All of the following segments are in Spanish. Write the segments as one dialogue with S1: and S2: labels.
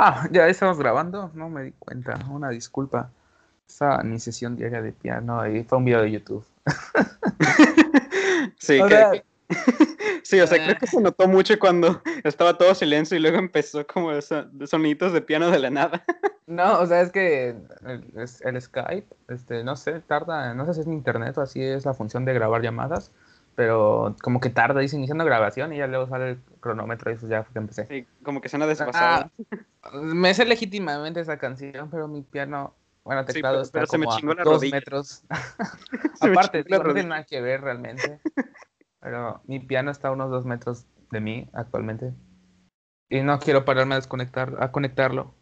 S1: Ah, ya estamos grabando, no me di cuenta, una disculpa. Estaba en mi sesión diaria de piano y fue un video de YouTube.
S2: Sí,
S1: O
S2: que-
S1: sea,
S2: sí, o sea, creo que se notó mucho cuando estaba todo silencio y luego empezó como son- sonidos de piano de la nada.
S1: No, o sea, es que el, es- el Skype, este, no sé, tarda, no sé si es mi internet o así es la función de grabar llamadas, pero como que tarda, dice iniciando grabación y ya luego sale el cronómetro y eso ya fue que empecé.
S2: Sí, como que suena
S1: Ah,
S2: desfasado.
S1: me sé legítimamente esa canción, pero mi piano, bueno,
S2: Sí,
S1: teclado
S2: pero-
S1: está
S2: pero se me
S1: como a
S2: chingó la
S1: dos
S2: rodilla.
S1: metros.
S2: Se me
S1: Aparte,
S2: chingó la
S1: digo, no
S2: rodilla.
S1: tiene nada que ver realmente, pero mi piano está a unos dos metros de mí actualmente y no quiero pararme a desconectar, a conectarlo.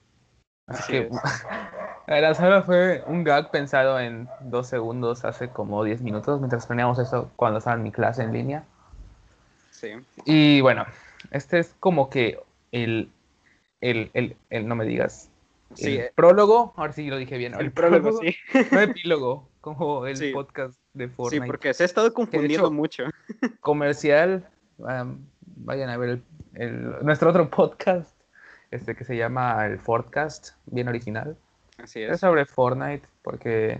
S1: Así
S2: Así
S1: que
S2: es.
S1: La verdad, solo fue un gag pensado en dos segundos hace como 10 minutos mientras planeamos eso cuando estaba en mi clase en línea.
S2: Sí.
S1: Y bueno, este es como que el, el, el, el- no me digas, el
S2: Sí, eh,
S1: prólogo, ahora sí lo dije bien,
S2: el prólogo, sí.
S1: no epílogo, como el
S2: Sí.
S1: podcast de
S2: Sí,
S1: Fortnite.
S2: porque se ha estado confundiendo
S1: hecho-
S2: mucho.
S1: Comercial, um, vayan a ver el- el- nuestro otro podcast, este que se llama el Fortcast, bien original.
S2: Así
S1: Es
S2: es.
S1: sobre Fortnite porque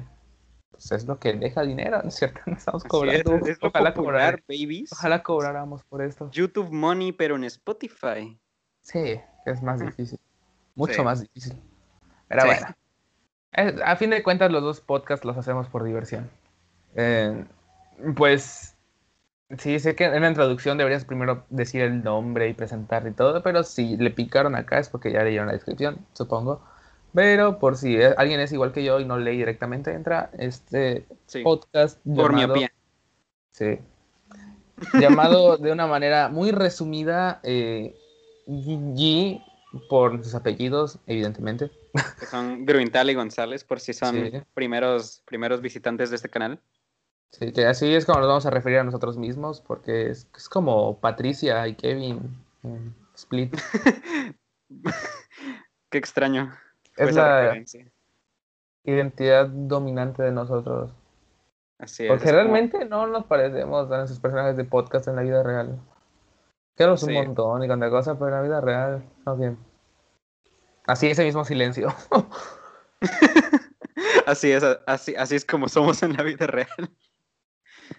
S1: pues, es lo que deja dinero, ¿no es cierto? No estamos
S2: Así
S1: cobrando.
S2: es, es lo
S1: ojalá,
S2: popular,
S1: cobrar-
S2: babies.
S1: ojalá cobráramos por esto.
S2: YouTube Money, pero en Spotify.
S1: Sí, es más difícil. Mucho
S2: Mm. Sí.
S1: más difícil. Pero
S2: Sí.
S1: bueno. Es- a fin de cuentas, los dos podcasts los hacemos por diversión. Eh, pues. Sí, sé que en la introducción deberías primero decir el nombre y presentar y todo, pero si le picaron acá es porque ya leyeron la descripción, supongo. Pero por si eh, alguien es igual que yo y no leí directamente, entra este
S2: Sí.
S1: podcast
S2: Por
S1: llamado,
S2: miopía.
S1: sí, llamado de una manera muy resumida eh, G por sus apellidos, evidentemente.
S2: que son Gruintal y González, por si son
S1: Sí.
S2: primeros, primeros visitantes de este canal.
S1: Sí, que así es como nos vamos a referir a nosotros mismos, porque es, es como Patricia y Kevin en Split.
S2: Qué extraño. fue
S1: Es
S2: esa
S1: la
S2: referencia.
S1: identidad dominante de nosotros.
S2: Así es.
S1: Porque
S2: es como-
S1: realmente no nos parecemos a nuestros personajes de podcast en la vida real. Claro, es un
S2: Sí.
S1: montón y cuanta cosa, pero en la vida real, no bien. Así, ese mismo silencio.
S2: Así es, a- así, así es como somos en la vida real.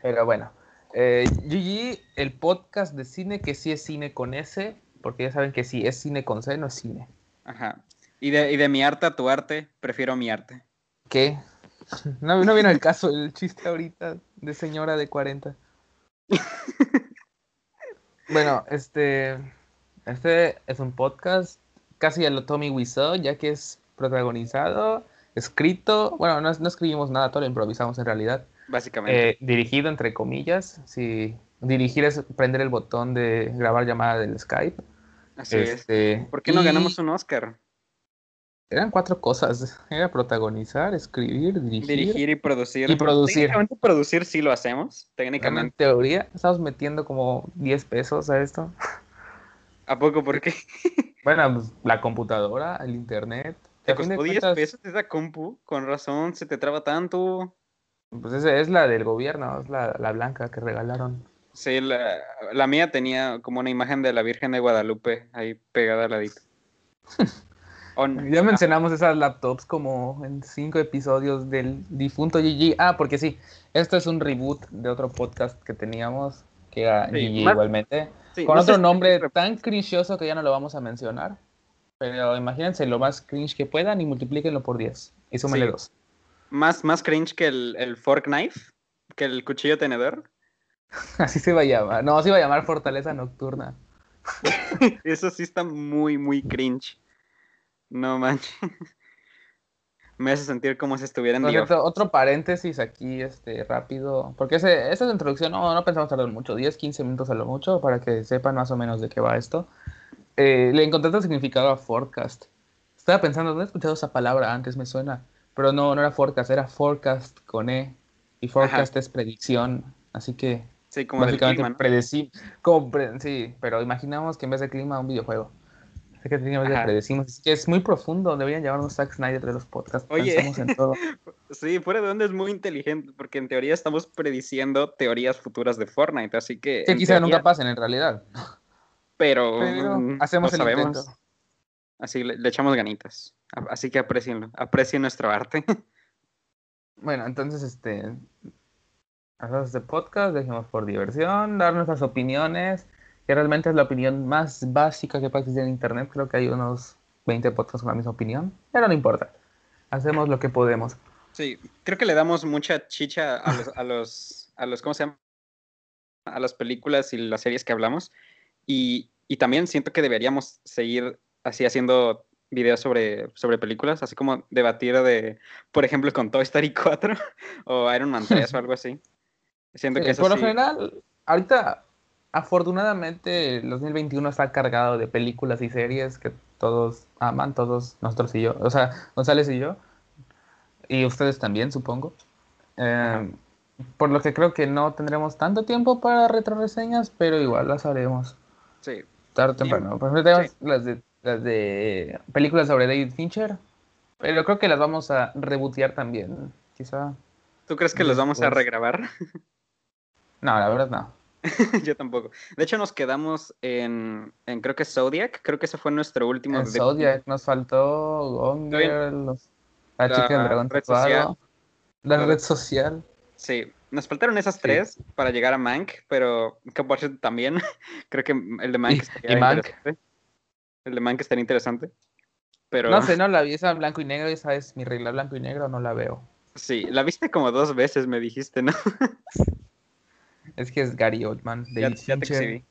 S1: pero bueno. Eh, GG, el podcast de cine que sí es cine con S, porque ya saben que si es cine con C, no es cine.
S2: Ajá. Y de, y de mi arte a tu arte, prefiero mi arte.
S1: ¿Qué? No, no viene al caso el chiste ahorita de señora de 40. Bueno, este, este es un podcast casi a lo Tommy Wiseau, ya que es protagonizado, escrito, bueno, no, es- no escribimos nada, todo lo improvisamos en realidad,
S2: Básicamente.
S1: eh, dirigido entre comillas, si dirigir es prender el botón de grabar llamada del Skype.
S2: así es.
S1: este,
S2: ¿Por qué no
S1: y
S2: ganamos un Oscar?
S1: Eran cuatro cosas, era protagonizar, escribir,
S2: Dirigir y producir.
S1: Y producir.
S2: Técnicamente producir sí lo
S1: Bueno,
S2: hacemos,
S1: En
S2: técnicamente.
S1: teoría, estamos metiendo como 10 pesos a esto.
S2: ¿A poco? Porque
S1: Bueno, pues, la computadora, el internet. que
S2: te
S1: a fin de
S2: costó 10
S1: cuentas,
S2: pesos esa compu. Con razón, se te traba tanto.
S1: Pues esa es la del gobierno, es la, la blanca que regalaron.
S2: Sí, la, la mía tenía como una imagen de la Virgen de Guadalupe ahí pegada al ladito. O n- ah,
S1: Ya mencionamos esas laptops como en cinco episodios del difunto GG. Ah, porque sí, esto es un reboot de otro podcast que teníamos, que era
S2: Sí,
S1: GG
S2: más-
S1: igualmente.
S2: sí,
S1: Con
S2: no sé
S1: otro
S2: si-
S1: nombre tan cringeoso que ya no lo vamos a mencionar. Pero imagínense lo más cringe que puedan y multiplíquenlo por 10. Y súmenle
S2: Sí.
S1: 2.
S2: Más, más cringe que el, el fork knife, que el cuchillo tenedor.
S1: Así se va a llamar. No, se va a llamar Fortaleza Nocturna.
S2: Eso sí está muy, muy cringe. No manches. Me hace sentir como si estuviera en
S1: Por
S2: The Office.
S1: cierto, otro paréntesis aquí, este, rápido. Porque ese, esa es la introducción, no, no pensamos tardar mucho, 10, 15 minutos a lo mucho, para que sepan más o menos de qué va esto. Eh, le encontré otro significado a forecast. Estaba pensando, ¿dónde he escuchado esa palabra antes? Me suena. Pero no, no era forecast, era forecast con E. Y forecast es predicción. Así que,
S2: Sí, como del
S1: básicamente,
S2: clima, ¿no?
S1: predecimos. como pre- sí, pero imaginamos que en vez de clima, un videojuego. Sé que teníamos
S2: Ajá.
S1: que predecimos. Es que es muy profundo. Deberían llamarnos Zack Snyder de los podcasts.
S2: Oye.
S1: Pensamos en todo.
S2: Sí, fuera de onda es muy inteligente, porque en teoría estamos prediciendo teorías futuras de Fortnite, así que.
S1: Que
S2: en
S1: quizá
S2: teoría,
S1: nunca pasen en realidad.
S2: Pero,
S1: Pero
S2: mm,
S1: hacemos
S2: lo
S1: el
S2: sabemos.
S1: intento.
S2: Así le, le echamos ganitas. A- Así que aprecienlo. Aprecien nuestro arte.
S1: Bueno, entonces, este. Hacemos este podcast, dejemos por diversión, dar nuestras opiniones, que realmente es la opinión más básica que puede existir en Internet. Creo que hay unos 20 podcasts con la misma opinión, pero no importa. Hacemos lo que podemos.
S2: Sí, creo que le damos mucha chicha a los, a los, a los ¿cómo se llama? A las películas y las series que hablamos. Y, y también siento que deberíamos seguir así haciendo videos sobre, sobre películas, así como debatir de, por ejemplo, con Toy Story 4 o Iron Man 3 o algo así. Siento que
S1: Eh,
S2: eso
S1: por lo
S2: sí-
S1: general, ahorita, afortunadamente, el 2021 está cargado de películas y series que todos aman, todos nosotros y yo, o sea, González y yo, y ustedes también, supongo. Eh, por lo que creo que no tendremos tanto tiempo para retroreseñas, pero igual las haremos
S2: sí.
S1: tarde o
S2: Bien.
S1: temprano. Por ejemplo, tenemos las, de, las de películas sobre David Fincher, pero creo que las vamos a rebotear también, quizá.
S2: ¿Tú crees que los vamos a
S1: Después.
S2: regrabar?
S1: No, la verdad no.
S2: Yo tampoco. De hecho, nos quedamos en, en creo que Zodiac. Creo que ese fue nuestro último.
S1: En
S2: de-
S1: Zodiac nos faltó Gone
S2: Está bien.
S1: Girl, los- la,
S2: La
S1: chica del dragón
S2: red
S1: tatuado,
S2: social.
S1: la
S2: La
S1: red
S2: red-
S1: social.
S2: Sí, nos faltaron esas tres para llegar a Mank, pero Cup Washington también. Creo que el de
S1: Y-
S2: Mank estaría
S1: y Mank.
S2: interesante. El de Mank estaría interesante. Pero
S1: No sé, no la vi, esa en blanco y negro, esa es mi regla blanco y negro, no la veo.
S2: sí, la viste como dos veces, me dijiste, ¿no?
S1: Es que es Gary Oldman,
S2: Ya,
S1: David
S2: ya te
S1: Fincher,
S2: exhibí.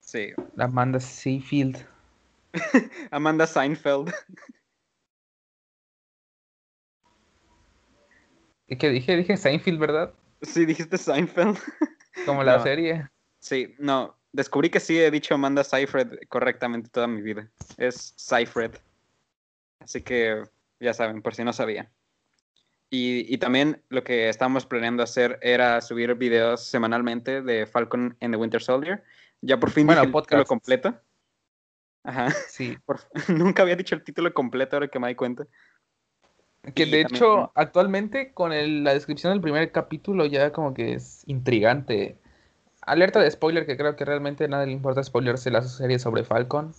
S2: Sí,
S1: Amanda Seyfield.
S2: Amanda Seinfeld.
S1: ¿Y qué dije? Dije Seinfeld, ¿verdad?
S2: Sí, dijiste Seinfeld.
S1: Como la
S2: No.
S1: serie.
S2: Sí, no, descubrí que sí he dicho Amanda Seyfried correctamente toda mi vida. Es Seyfried. Así que ya saben, por si no sabían. Y, y también lo que estábamos planeando hacer era subir videos semanalmente de Falcon and the Winter Soldier. Ya por fin
S1: Bueno,
S2: dije el título
S1: podcasts.
S2: completo. Ajá.
S1: Sí.
S2: por- nunca había dicho el título completo ahora que me di cuenta.
S1: Que
S2: Y
S1: de
S2: también-
S1: hecho, actualmente con el- la descripción del primer capítulo ya como que es intrigante. Alerta de spoiler, que creo que realmente a nadie le importa spoilerse la serie sobre Falcon.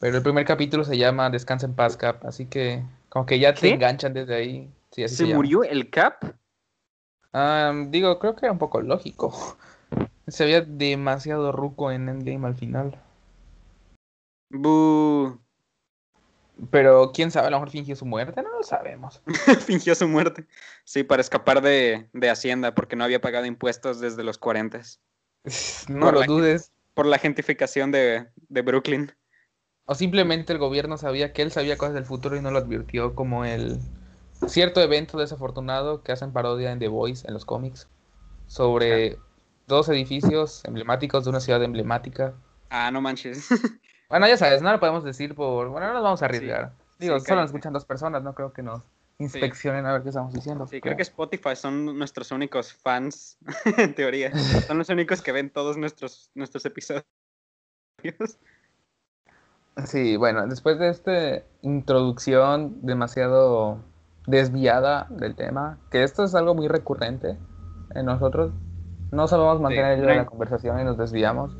S1: Pero el primer capítulo se llama Descansa en paz, Cap. Así que como que ya te
S2: ¿Qué?
S1: enganchan desde ahí. Sí, así
S2: ¿Se
S1: llama.
S2: murió el Cap?
S1: Ah, digo, creo que era un poco lógico. Se veía demasiado ruco en Endgame al final.
S2: Bu
S1: Pero quién sabe, a lo mejor fingió su muerte, no lo sabemos.
S2: Fingió su muerte. Sí, para escapar de, de Hacienda porque no había pagado impuestos desde los 40.
S1: No
S2: Por
S1: lo
S2: la-
S1: dudes.
S2: Por la gentrificación de, de Brooklyn.
S1: O simplemente el gobierno sabía que él sabía cosas del futuro y no lo advirtió, como el cierto evento desafortunado que hacen parodia en The Voice, en los cómics, sobre dos edificios emblemáticos de una ciudad emblemática.
S2: Ah, no manches.
S1: Bueno, ya sabes, no lo podemos decir por... Bueno, no nos vamos a arriesgar. Digo, solo
S2: sí, cállate.
S1: nos escuchan dos personas, no creo que nos inspeccionen a ver qué estamos diciendo.
S2: Sí, creo que Spotify son nuestros únicos fans, en teoría. Son los únicos que ven todos nuestros, nuestros episodios.
S1: Sí, bueno, después de esta introducción demasiado desviada del tema, que esto es algo muy recurrente en nosotros, no sabemos mantener el hilo de la
S2: tendrán-
S1: conversación y nos desviamos,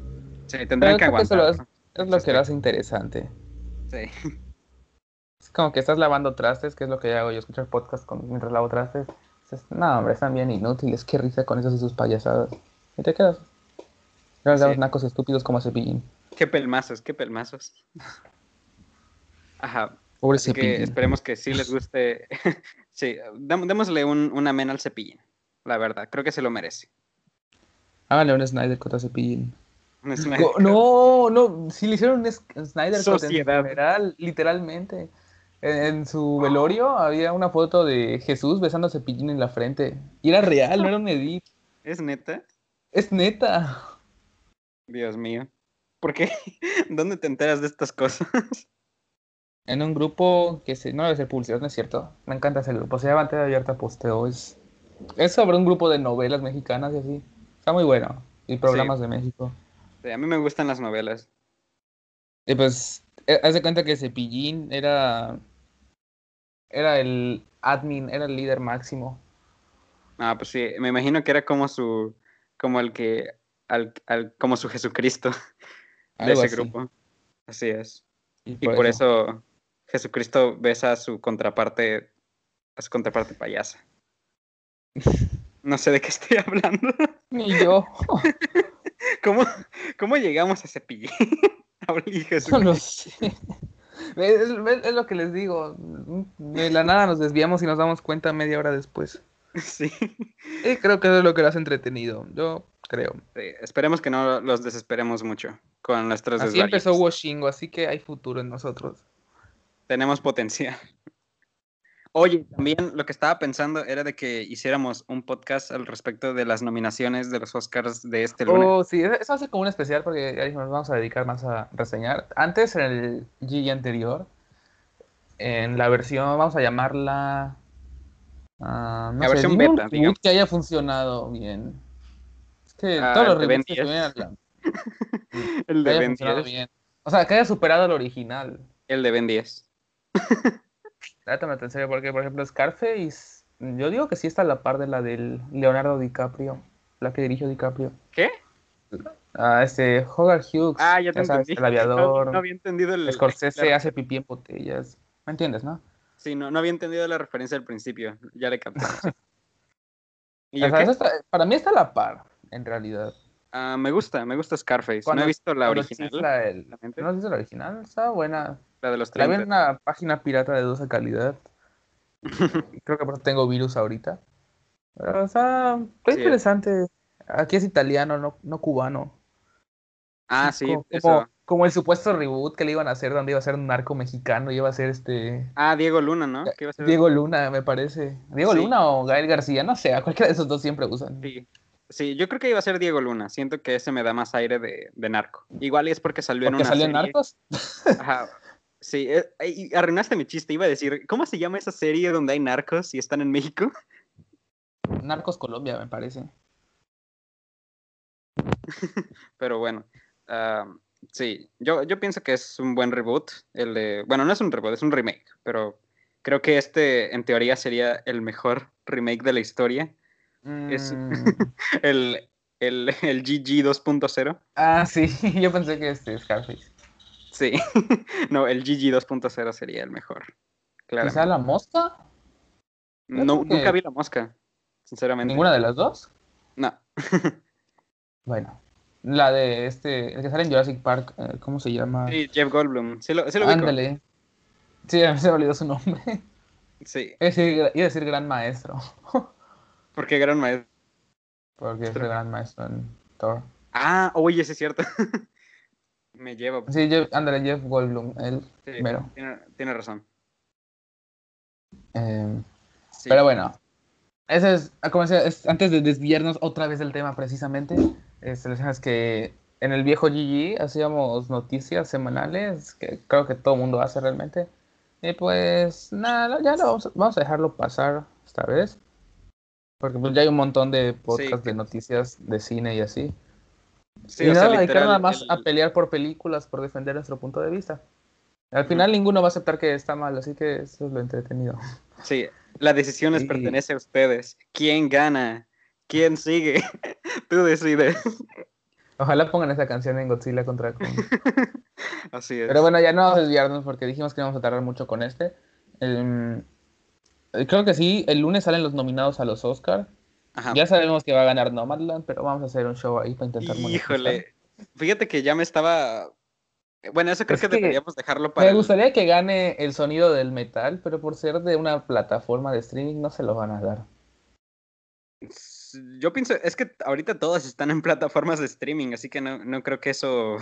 S2: Sí,
S1: Pero
S2: tendrán que
S1: creo que eso lo
S2: aguantar.
S1: es lo que lo hace interesante.
S2: Sí.
S1: Es como que estás lavando trastes, que es lo que yo hago, yo escucho el podcast con- mientras lavo trastes. Dices, no, hombre, están bien inútiles, qué risa con esos y sus payasadas. Y te quedas. Gracias a
S2: Sí.
S1: los nacos estúpidos como Cepillín.
S2: Qué pelmazos, qué pelmazos. Ajá.
S1: Pobre
S2: Así que
S1: Cepillín.
S2: esperemos que sí les guste. sí, dam- démosle un, un amén al cepillín. La verdad, creo que se lo merece.
S1: Háganle un Snyder contra Cepillín.
S2: Es una-
S1: Co- No, no, sí le hicieron un S- Snyder Cut en su
S2: Sociedad.
S1: funeral, literalmente. En, en su velorio había una foto de Jesús besando a Cepillín en la frente. Y era real, no era un edit.
S2: ¿Es neta?
S1: Es neta.
S2: Dios mío. ¿Por qué? ¿Dónde te enteras de estas cosas?
S1: En un grupo que se, no es de publicidad, no es cierto. Me encanta ese grupo. Se llama Tela Abierta Posteo. Es, es sobre un grupo de novelas mexicanas y así. Está muy bueno. Y programas de México.
S2: Sí, a mí me gustan las novelas.
S1: Y pues eh, haz de cuenta que Cepillín era. Era el admin, era el líder máximo.
S2: Ah, pues sí, me imagino que era como su. Como el que. al- al- como su Jesucristo de
S1: Algo
S2: ese
S1: así.
S2: grupo. Así es. Y por eso. Jesucristo besa a su contraparte. A su contraparte payasa. No sé de qué estoy hablando.
S1: Ni yo.
S2: ¿Cómo, cómo llegamos a Cepillín? Ahora y
S1: No
S2: Jesucristo.
S1: lo sé. Es, es- es lo que les digo. De la nada nos desviamos y nos damos cuenta media hora después.
S2: Sí.
S1: Y creo que eso es lo que lo hace entretenido. Yo creo.
S2: Sí, Esperemos que no los desesperemos mucho con nuestros
S1: Así
S2: desvaríos.
S1: empezó Washingo, así que hay futuro en nosotros.
S2: Tenemos potencial. Oye, también lo que estaba pensando era de que hiciéramos un podcast al respecto de las nominaciones de los Oscars de este lunes.
S1: Oh, sí, eso hace como un especial porque ya dijimos, nos vamos a dedicar más a reseñar. Antes, en el G anterior, en la versión, vamos a llamarla. ah, no
S2: La
S1: sé,
S2: versión
S1: dime un
S2: beta,
S1: tweet
S2: digamos.
S1: que haya funcionado bien. Es que
S2: Ah,
S1: todos los
S2: el de Ben
S1: reviews que
S2: 10.
S1: estuvieron hablando,
S2: el,
S1: que
S2: de
S1: haya
S2: ben
S1: funcionado
S2: 10,
S1: bien. O sea, que haya superado al original.
S2: el de Ben 10.
S1: Dátame en serio, porque por ejemplo, Scarface, yo digo que sí está a la par de la del Leonardo DiCaprio, la que dirigió DiCaprio.
S2: ¿Qué?
S1: Ah, este, Hogar Hughes.
S2: Ah, ya te
S1: sabes,
S2: entendí.
S1: El aviador.
S2: No, no había entendido el.
S1: Scorsese
S2: la-
S1: hace pipí en botellas. ¿Me entiendes, no?
S2: sí, no, no había entendido la referencia al principio. Ya le capté. ¿Y
S1: O
S2: yo
S1: sea,
S2: qué?
S1: eso está- para mí está a la par, en realidad.
S2: Ah, me gusta, me gusta Scarface.
S1: Cuando-
S2: no he visto la
S1: Pero sí
S2: original.
S1: es la, el-
S2: realmente.
S1: ¿No has visto la original? Está buena.
S2: La de los
S1: La vi en
S2: 30.
S1: una página pirata de dulce calidad. Creo que por eso tengo virus ahorita. Pero, o sea, está
S2: Sí.
S1: interesante. Aquí es italiano, no, no cubano.
S2: Ah, sí,
S1: como,
S2: eso.
S1: como, como el supuesto reboot que le iban a hacer, donde iba a ser un narco mexicano y iba a ser este
S2: Ah, Diego Luna, ¿no? ¿Qué iba a ser?
S1: Diego Luna, me parece. Diego
S2: Sí.
S1: Luna o Gael García, no sé, a cualquiera de esos dos siempre usan.
S2: Sí. Sí, yo creo que iba a ser Diego Luna. Siento que ese me da más aire de, de narco. Igual y es porque salió en
S1: Porque
S2: una
S1: salió en
S2: serie.
S1: Narcos.
S2: Ajá. Sí, eh, y arruinaste mi chiste. Iba a decir, ¿cómo se llama esa serie donde hay narcos y están en México?
S1: Narcos Colombia, me parece.
S2: Pero bueno, ah, sí, yo, yo pienso que es un buen reboot. El de, bueno, no es un reboot, es un remake, pero creo que este en teoría sería el mejor remake de la historia. Es-
S1: Mm,
S2: El, el, el GG 2.0.
S1: Ah, sí, yo pensé que este Scarface.
S2: Sí, no, el GG 2.0 sería el mejor. Claro.
S1: Quizá la mosca, yo
S2: No,
S1: creo que-
S2: Nunca vi la mosca, sinceramente.
S1: ninguna de las dos.
S2: No.
S1: Bueno, la de este, el que sale en Jurassic Park, eh, ¿cómo se llama?
S2: Sí, Jeff Goldblum. Sí lo, sí lo ubico.
S1: Ándale. Sí, a mí se me olvidó su nombre.
S2: Sí,
S1: Iba a decir- iba a decir gran maestro.
S2: porque gran maestro.
S1: Porque es el gran maestro en Thor.
S2: Ah, oye, sí es cierto. Me llevo. pues,
S1: Sí, Jeff, ándale, Jeff Goldblum, él
S2: sí,
S1: primero.
S2: tiene, tiene razón.
S1: Eh,
S2: Sí.
S1: Pero bueno, ese es, ah, como decía, es- antes de desviarnos otra vez del tema precisamente, este, les decíamos que en el viejo GG hacíamos noticias semanales, que creo que todo el mundo hace realmente. Y pues nada, ya lo vamos, a- vamos a dejarlo pasar esta vez. Porque pues ya hay un montón de podcasts de noticias de cine y así.
S2: Sí,
S1: y
S2: o sea,
S1: nada, dedicar
S2: literal,
S1: nada más
S2: el-
S1: a pelear por películas, por defender nuestro punto de vista. Al final ninguno va a aceptar que está mal, así que eso es lo entretenido.
S2: Sí, la decisión les
S1: Sí.
S2: pertenece a ustedes. ¿Quién gana? ¿Quién sigue? Tú decides.
S1: Ojalá pongan esa canción en Godzilla contra Kong.
S2: Así es.
S1: Pero bueno, ya no vamos a desviarnos porque dijimos que no íbamos a tardar mucho con este. Em, eh, creo que sí, el lunes salen los nominados a los Oscar.
S2: Ajá.
S1: Ya sabemos que va a ganar Nomadland, pero vamos a hacer un show ahí para intentar monetizar.
S2: Híjole, fíjate que ya me estaba. Bueno, eso creo
S1: Es
S2: que,
S1: que
S2: deberíamos dejarlo para.
S1: Me
S2: el-
S1: gustaría que gane el sonido del metal, pero por ser de una plataforma de streaming no se lo van a dar.
S2: Yo pienso, es que ahorita todas están en plataformas de streaming, así que no, no creo que eso,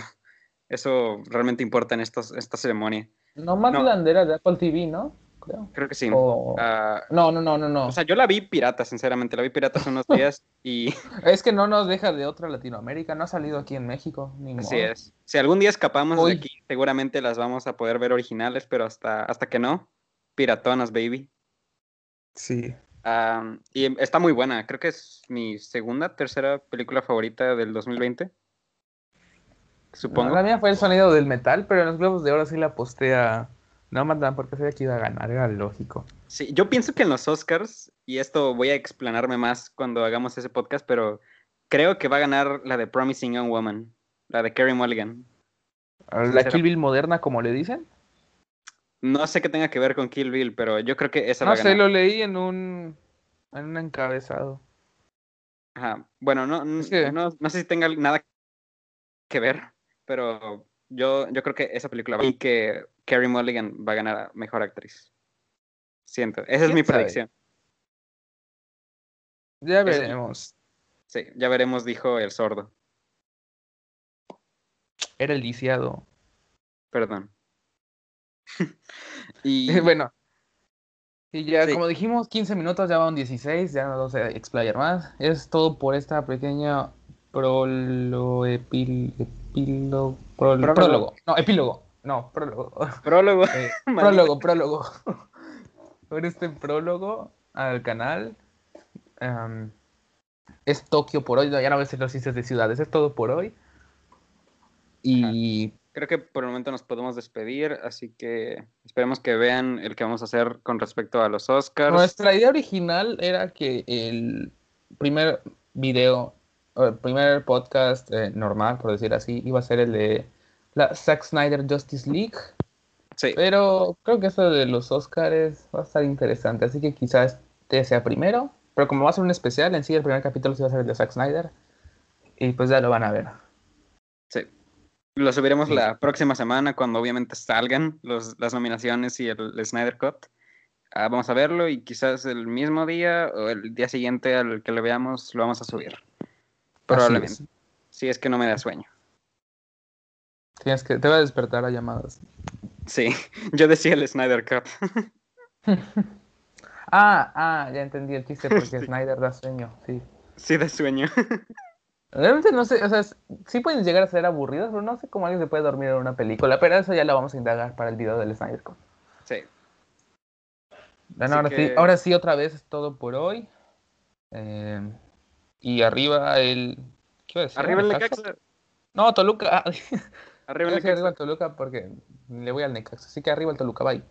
S2: eso realmente importa en estos, esta ceremonia.
S1: Nomadland era de Apple TV, ¿no? Creo.
S2: Creo que sí.
S1: O-
S2: Ah,
S1: No, no, no, no, no.
S2: o sea, yo la vi pirata, sinceramente, la vi pirata hace unos días y
S1: es que no nos deja de otra Latinoamérica, no ha salido aquí en México, ni
S2: así
S1: modo.
S2: es. Si algún día escapamos
S1: Uy.
S2: de aquí, seguramente las vamos a poder ver originales, pero hasta, hasta que no, piratonas, baby.
S1: Sí.
S2: Ah, y em- está muy buena. Creo que es mi segunda, tercera película favorita del 2020. supongo.
S1: No, la mía fue el sonido del metal, pero en los globos de oro sí la aposté a. No mandaban porque sabía que iba a ganar, era lógico.
S2: Sí, yo pienso que en los Oscars, y esto voy a explanarme más cuando hagamos ese podcast, pero creo que va a ganar la de Promising Young Woman, la de Kerry Mulligan.
S1: La
S2: Sincero.
S1: Kill Bill moderna, como le dicen.
S2: No sé qué tenga que ver con Kill Bill, pero yo creo que esa va
S1: No
S2: a ganar.
S1: sé, lo leí en un, en un encabezado.
S2: Ajá. Bueno, no, n-
S1: Es que-
S2: no, no sé si tenga nada que ver, pero yo, yo creo que esa película va y que Carrie Mulligan va a ganar a Mejor Actriz. Siento, esa es
S1: ¿Quién
S2: mi
S1: sabe?
S2: predicción.
S1: Ya
S2: Es-
S1: veremos.
S2: Sí, ya veremos, dijo el sordo.
S1: Era el lisiado.
S2: Perdón. y
S1: bueno. Y ya,
S2: Sí.
S1: como dijimos, 15 minutos, ya van 16, ya no sé explayar más. Es todo por esta pequeña prolo, epil, epilo- prol-
S2: Prólogo.
S1: prólogo. No, epílogo. No, prólogo.
S2: prólogo.
S1: Eh,
S2: Maldita.
S1: prólogo, prólogo. Por este prólogo al canal. Em, es Tokio por hoy. No, ya no voy a hacer los índices de ciudades. Es todo por hoy. Y
S2: Creo que por el momento nos podemos despedir, así que esperemos que vean el que vamos a hacer con respecto a los Oscars.
S1: nuestra idea original era que el primer video, o el primer podcast eh, normal, por decir así, iba a ser el de la Zack Snyder Justice League.
S2: Sí,
S1: Pero creo que eso de los Oscars va a estar interesante, así que quizás este sea primero. Pero como va a ser un especial, en sí el primer capítulo sí va a ser el de Zack Snyder. Y pues ya lo van a ver.
S2: sí. Lo subiremos
S1: Sí.
S2: la próxima semana cuando obviamente salgan los- las nominaciones y el, el Snyder Cut. Ah, vamos a verlo y quizás el mismo día o el día siguiente al que lo veamos lo vamos a subir. Probablemente.
S1: Así
S2: Si es que no me da sueño.
S1: es. Tienes que, te va a despertar a llamadas.
S2: Sí, yo decía el Snyder Cut.
S1: Ah, ah, ya entendí el chiste porque
S2: Sí.
S1: Snyder da sueño, sí.
S2: Sí da sueño.
S1: Realmente no sé, o sea, es- sí pueden llegar a ser aburridas, pero no sé cómo alguien se puede dormir en una película. Pero eso ya lo vamos a indagar para el video del Snyder Cut.
S2: Sí.
S1: Bueno,
S2: Así
S1: ahora, sí,
S2: que-
S1: ahora sí, otra vez es todo por hoy. Eh, y arriba el. ¿Qué iba a decir?
S2: Arriba el
S1: ¿Necaxa?
S2: Necaxa.
S1: No, Toluca.
S2: Arriba
S1: Iba
S2: el
S1: a decir
S2: Necaxa.
S1: arriba el Toluca porque le voy al Necaxa. Así que arriba el Toluca, bye.